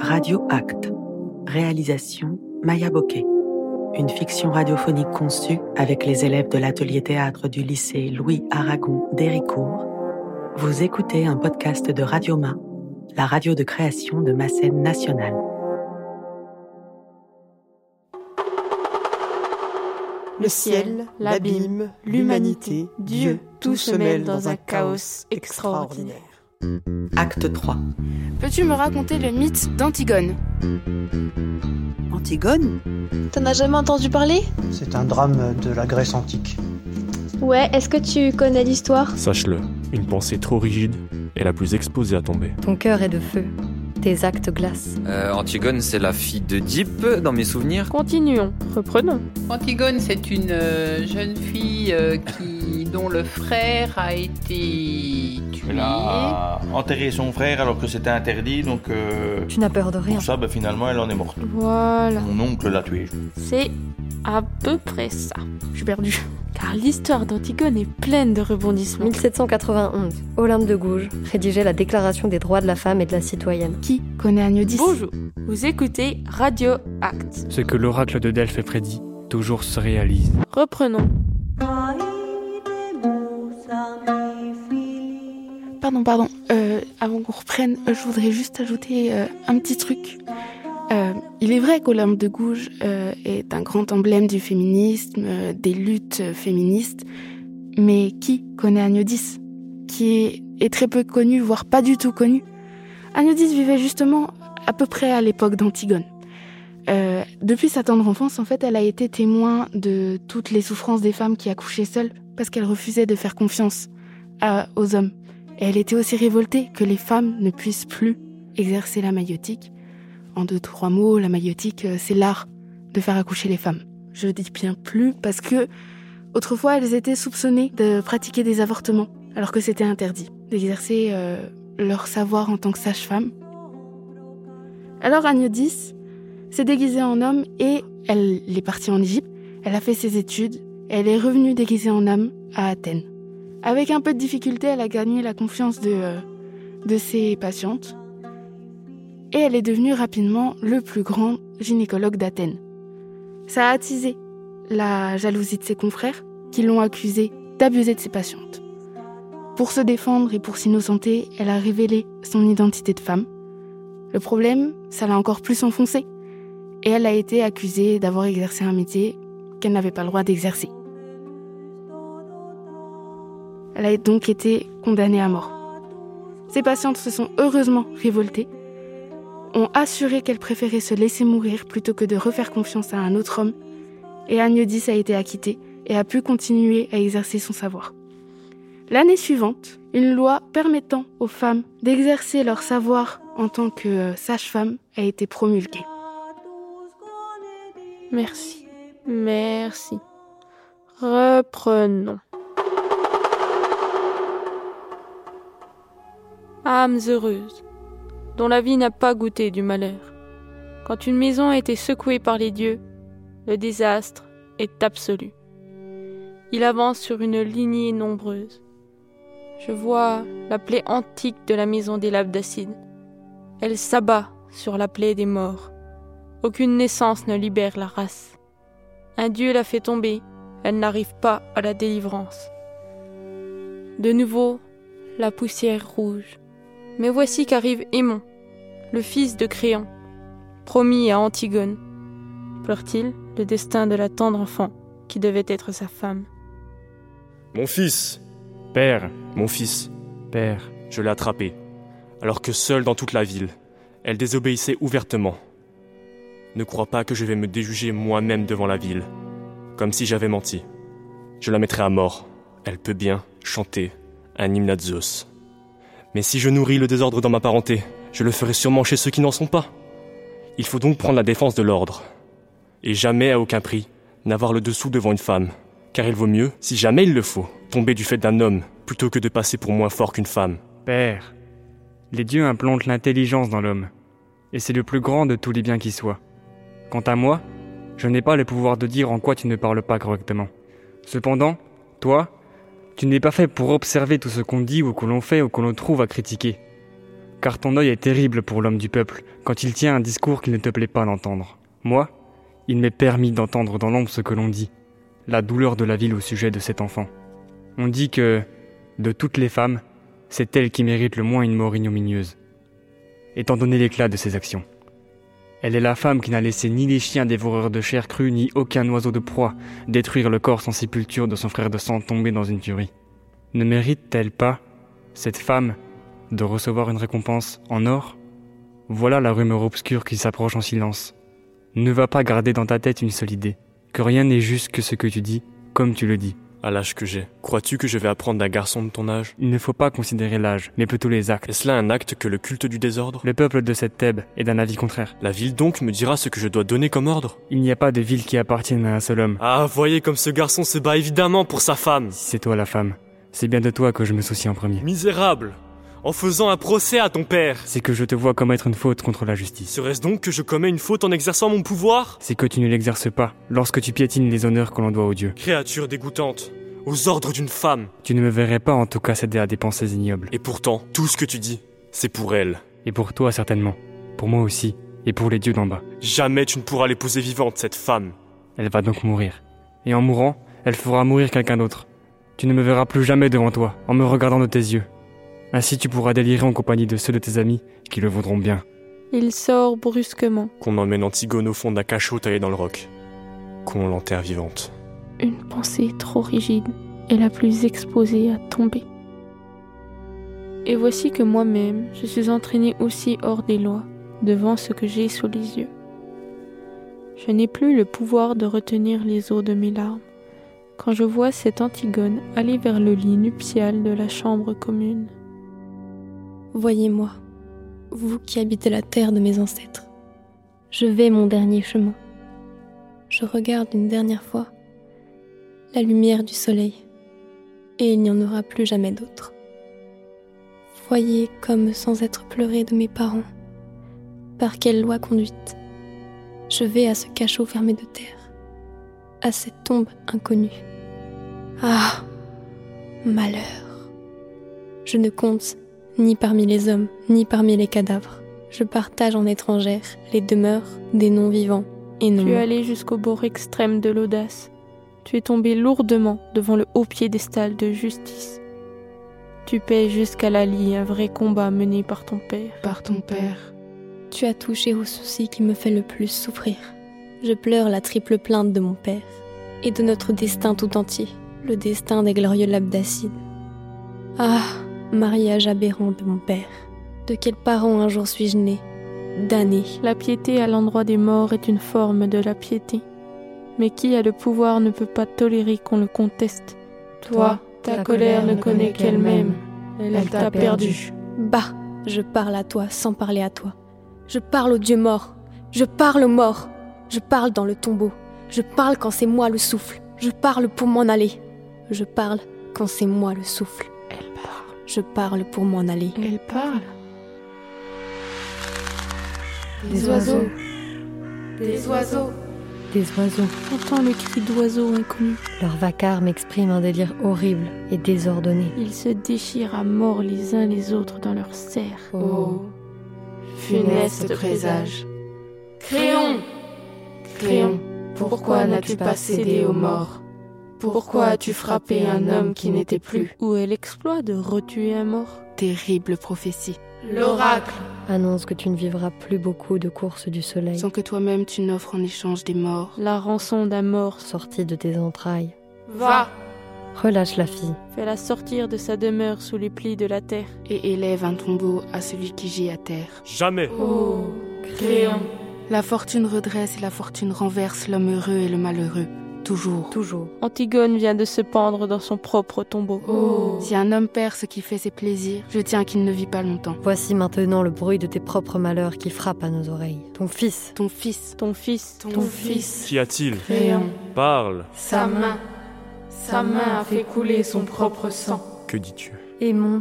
Radio Acte. Réalisation Maya Bokeh. Une fiction radiophonique conçue avec les élèves de l'atelier théâtre du lycée Louis Aragon d'Héricourt. Vous écoutez un podcast de Radioma, la radio de création de ma scène nationale. Le ciel, l'abîme, l'humanité, Dieu, tout se mêle dans un chaos extraordinaire. Acte 3. Peux-tu me raconter le mythe d'Antigone Antigone T'en as jamais entendu parler C'est un drame de la Grèce antique. Ouais, est-ce que tu connais l'histoire Sache-le, une pensée trop rigide est la plus exposée à tomber. Ton cœur est de feu, tes actes glacent. Euh, Antigone, c'est la fille de Deep dans mes souvenirs. Continuons, reprenons. Antigone, c'est une euh, jeune fille euh, qui, dont le frère a été tué. Elle a enterré son frère alors que c'était interdit, donc euh, Tu n'as peur de rien. pour ça, bah, finalement, elle en est morte. Voilà. Mon oncle l'a tuée. C'est à peu près ça. Je suis perdue. Car l'histoire d'Antigone est pleine de rebondissements. 1791, Olympe de Gouges rédigeait la Déclaration des droits de la femme et de la citoyenne. Qui connaît Agnodis Bonjour, vous écoutez Radio Act. Ce que l'oracle de Delphes prédit toujours se réalise. Reprenons. Pardon, pardon. Euh, avant qu'on reprenne, euh, je voudrais juste ajouter euh, un petit truc. Euh, il est vrai qu'Olympe de Gouges euh, est un grand emblème du féminisme, euh, des luttes euh, féministes, mais qui connaît Agnodis Qui est, est très peu connu, voire pas du tout connu. Agnodis vivait justement à peu près à l'époque d'Antigone. Euh, depuis sa tendre enfance, en fait, elle a été témoin de toutes les souffrances des femmes qui accouchaient seules parce qu'elle refusait de faire confiance à- aux hommes. Et elle était aussi révoltée que les femmes ne puissent plus exercer la maïotique. En deux, trois mots, la maïotique, euh, c'est l'art de faire accoucher les femmes. Je dis bien plus parce que autrefois, elles étaient soupçonnées de pratiquer des avortements, alors que c'était interdit d'exercer euh, leur savoir en tant que sage-femme. Alors Agnodis s'est déguisée en homme et elle est partie en Égypte, elle a fait ses études, elle est revenue déguisée en âme à Athènes. Avec un peu de difficulté, elle a gagné la confiance de, euh, de ses patientes et elle est devenue rapidement le plus grand gynécologue d'Athènes. Ça a attisé la jalousie de ses confrères qui l'ont accusée d'abuser de ses patientes. Pour se défendre et pour s'innocenter, elle a révélé son identité de femme. Le problème, ça l'a encore plus enfoncée et elle a été accusée d'avoir exercé un métier qu'elle n'avait pas le droit d'exercer. Elle a donc été condamnée à mort. Ses patientes se sont heureusement révoltées ont assuré qu'elle préférait se laisser mourir plutôt que de refaire confiance à un autre homme, et Agnodis a été acquittée et a pu continuer à exercer son savoir. L'année suivante, une loi permettant aux femmes d'exercer leur savoir en tant que euh, sage-femme a été promulguée. Merci. Merci. Reprenons. Âmes heureuses dont la vie n'a pas goûté du malheur. Quand une maison a été secouée par les dieux, le désastre est absolu. Il avance sur une lignée nombreuse. Je vois la plaie antique de la maison des laves d'acide. Elle s'abat sur la plaie des morts. Aucune naissance ne libère la race. Un dieu la fait tomber, elle n'arrive pas à la délivrance. De nouveau, la poussière rouge. Mais voici qu'arrive Aimon, le fils de Créon, promis à Antigone. Pleure-t-il le destin de la tendre enfant qui devait être sa femme Mon fils Père, Mon fils, père, je l'ai attrapée, alors que seule dans toute la ville, elle désobéissait ouvertement. Ne crois pas que je vais me déjuger moi-même devant la ville, comme si j'avais menti. Je la mettrai à mort. Elle peut bien chanter un hymne à Zeus. Mais si je nourris le désordre dans ma parenté, je le ferai sûrement chez ceux qui n'en sont pas. Il faut donc prendre la défense de l'ordre. Et jamais à aucun prix n'avoir le dessous devant une femme, car il vaut mieux, si jamais il le faut, tomber du fait d'un homme plutôt que de passer pour moins fort qu'une femme. père. Les dieux implantent l'intelligence dans l'homme, et c'est le plus grand de tous les biens qui soient. Quant à moi, je n'ai pas le pouvoir de dire en quoi tu ne parles pas correctement. Cependant, toi, tu n'es pas fait pour observer tout ce qu'on dit ou que l'on fait ou que l'on trouve à critiquer. Car ton œil est terrible pour l'homme du peuple quand il tient un discours qu'il ne te plaît pas d'entendre. Moi, il m'est permis d'entendre dans l'ombre ce que l'on dit, la douleur de la ville au sujet de cet enfant. On dit que, de toutes les femmes, c'est elle qui mérite le moins une mort ignominieuse, étant donné l'éclat de ses actions. Elle est la femme qui n'a laissé ni les chiens dévoreurs de chair crue, ni aucun oiseau de proie détruire le corps sans sépulture de son frère de sang tombé dans une tuerie. Ne mérite-t-elle pas, cette femme, de recevoir une récompense en or Voilà la rumeur obscure qui s'approche en silence. Ne va pas garder dans ta tête une seule idée, que rien n'est juste que ce que tu dis, comme tu le dis. À l'âge que j'ai, crois-tu que je vais apprendre d'un garçon de ton âge Il ne faut pas considérer l'âge, mais plutôt les actes. Est-ce là un acte que le culte du désordre Le peuple de cette Thèbes est d'un avis contraire. La ville donc me dira ce que je dois donner comme ordre Il n'y a pas de ville qui appartienne à un seul homme. Ah, voyez comme ce garçon se bat évidemment pour sa femme Si c'est toi la femme, c'est bien de toi que je me soucie en premier. Misérable en faisant un procès à ton père. C'est que je te vois commettre une faute contre la justice. Serait-ce donc que je commets une faute en exerçant mon pouvoir C'est que tu ne l'exerces pas lorsque tu piétines les honneurs que l'on doit aux dieux. Créature dégoûtante, aux ordres d'une femme. Tu ne me verrais pas en tout cas céder à des pensées ignobles. Et pourtant, tout ce que tu dis, c'est pour elle. Et pour toi certainement. Pour moi aussi. Et pour les dieux d'en bas. Jamais tu ne pourras l'épouser vivante, cette femme. Elle va donc mourir. Et en mourant, elle fera mourir quelqu'un d'autre. Tu ne me verras plus jamais devant toi, en me regardant de tes yeux. Ainsi tu pourras délirer en compagnie de ceux de tes amis qui le vaudront bien. Il sort brusquement. Qu'on emmène Antigone au fond d'un cachot taillé dans le roc. Qu'on l'enterre vivante. Une pensée trop rigide est la plus exposée à tomber. Et voici que moi-même, je suis entraîné aussi hors des lois, devant ce que j'ai sous les yeux. Je n'ai plus le pouvoir de retenir les eaux de mes larmes quand je vois cette Antigone aller vers le lit nuptial de la chambre commune. Voyez-moi, vous qui habitez la terre de mes ancêtres. Je vais mon dernier chemin. Je regarde une dernière fois la lumière du soleil, et il n'y en aura plus jamais d'autre. Voyez comme, sans être pleuré de mes parents, par quelle loi conduite, je vais à ce cachot fermé de terre, à cette tombe inconnue. Ah, malheur. Je ne compte ni parmi les hommes, ni parmi les cadavres. Je partage en étrangère les demeures des non-vivants et non. Tu es allé jusqu'au bord extrême de l'audace. Tu es tombé lourdement devant le haut piédestal de justice. Tu paies jusqu'à la lie un vrai combat mené par ton père. Par ton père. Tu as touché au souci qui me fait le plus souffrir. Je pleure la triple plainte de mon père et de notre destin tout entier, le destin des glorieux labdacides. Ah! mariage aberrant de mon père. De quel parent un jour suis-je né Damné. La piété à l'endroit des morts est une forme de la piété. Mais qui a le pouvoir ne peut pas tolérer qu'on le conteste. Toi, ta, ta colère, colère, ne connaît qu'elle-même. Elle, Elle t'a perdu. Bah, je parle à toi sans parler à toi. Je parle au Dieu mort. Je parle aux morts. Je parle dans le tombeau. Je parle quand c'est moi le souffle. Je parle pour m'en aller. Je parle quand c'est moi le souffle. Elle parle. Je parle pour m'en aller. Elle parle. Des oiseaux. Des oiseaux. Des oiseaux. Entends le cri d'oiseaux inconnus. Leur vacarme exprime un délire horrible et désordonné. Ils se déchirent à mort les uns les autres dans leur serre. Oh, funeste présage. Créon Créon, pourquoi n'as-tu pas cédé aux morts pourquoi as-tu frappé un homme qui n'était plus Ou est l'exploit de retuer un mort Terrible prophétie. L'oracle annonce que tu ne vivras plus beaucoup de courses du soleil. Sans que toi-même tu n'offres en échange des morts. La rançon d'un mort sortie de tes entrailles. Va Relâche la fille. Fais-la sortir de sa demeure sous les plis de la terre. Et élève un tombeau à celui qui gît à terre. Jamais Oh Créon La fortune redresse et la fortune renverse l'homme heureux et le malheureux. Toujours. Toujours. Antigone vient de se pendre dans son propre tombeau. Oh. Si un homme perd ce qui fait ses plaisirs, je tiens qu'il ne vit pas longtemps. Voici maintenant le bruit de tes propres malheurs qui frappe à nos oreilles. Ton fils. Ton fils. Ton fils. Ton, Ton fils. Qu'y a-t-il Créon. Parle. Sa main. Sa main a fait couler son propre sang. Que dis-tu Aimon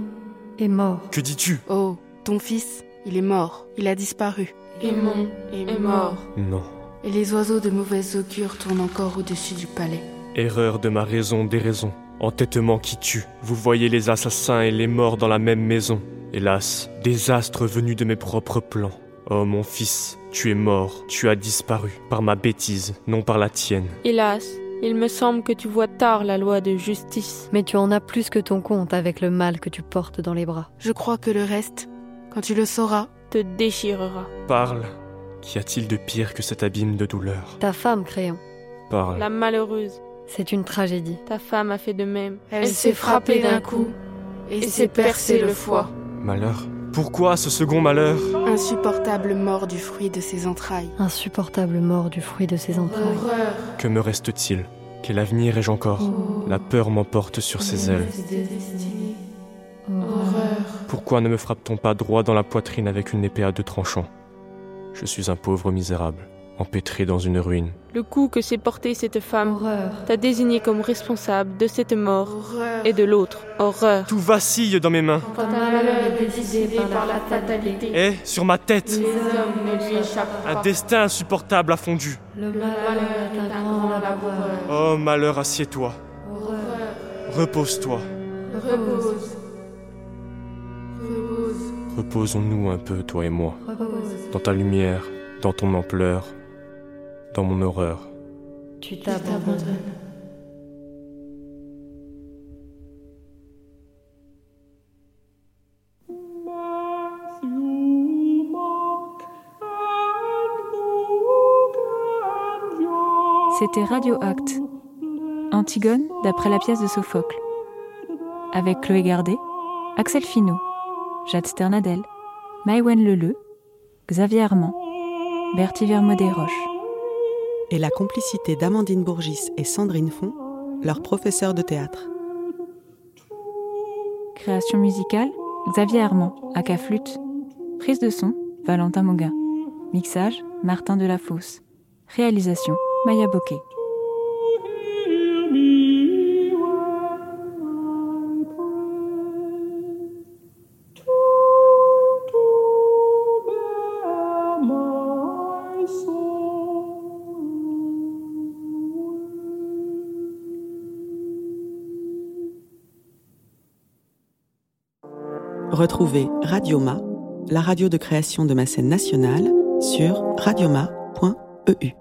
est mort. Que dis-tu Oh, ton fils, il est mort. Il a disparu. Aimon est mort. Non et les oiseaux de mauvaise augure tournent encore au-dessus du palais. Erreur de ma raison des raisons, entêtement qui tue. Vous voyez les assassins et les morts dans la même maison. Hélas, désastre venu de mes propres plans. Oh mon fils, tu es mort, tu as disparu, par ma bêtise, non par la tienne. Hélas, il me semble que tu vois tard la loi de justice. Mais tu en as plus que ton compte avec le mal que tu portes dans les bras. Je crois que le reste, quand tu le sauras, te déchirera. Parle, qu'y a-t-il de pire que cet abîme de douleur Ta femme, Créon. Parle. La malheureuse. C'est une tragédie. Ta femme a fait de même. Elle, Elle s'est frappée d'un coup et s'est percée le foie. Malheur Pourquoi ce second malheur Insupportable mort du fruit de ses entrailles. Insupportable mort du fruit de ses entrailles. Horreur. Que me reste-t-il Quel avenir ai-je encore oh. La peur m'emporte sur ses ailes. Oh. Horreur. Pourquoi ne me frappe-t-on pas droit dans la poitrine avec une épée à deux tranchants Je suis un pauvre misérable, empêtré dans une ruine. Le coup que s'est porté cette femme t'a désigné comme responsable de cette mort Horreur. et de l'autre. Horreur. Tout vacille dans mes mains. Quand un malheur est décidé par la fatalité. Et sur ma tête, les hommes ne lui échappent pas. un destin insupportable a fondu. Le malheur est un grand laboureur. Oh malheur, assieds-toi. Horreur. Repose-toi. Repose. Reposons-nous un peu, toi et moi. Repose. Dans ta lumière, dans ton ampleur, dans mon horreur. Tu t'abandonnes. C'était Radio Acte, Antigone d'après la pièce de Sophocle, avec Chloé Gardet, Axel Finot, Jade Sternadel, Maïwen Leleu, Xavier Armand, Bertie Vermaudet-Roche et la complicité d'Amandine Bourgis et Sandrine Font, leur professeur de théâtre. Création musicale, Xavier Armand, aka flûte. Prise de son, Valentin Moga. Mixage, Martin Delafosse. Réalisation, Maya Bokeh. Retrouvez Radioma, la radio de création de ma scène nationale, sur radioma.eu.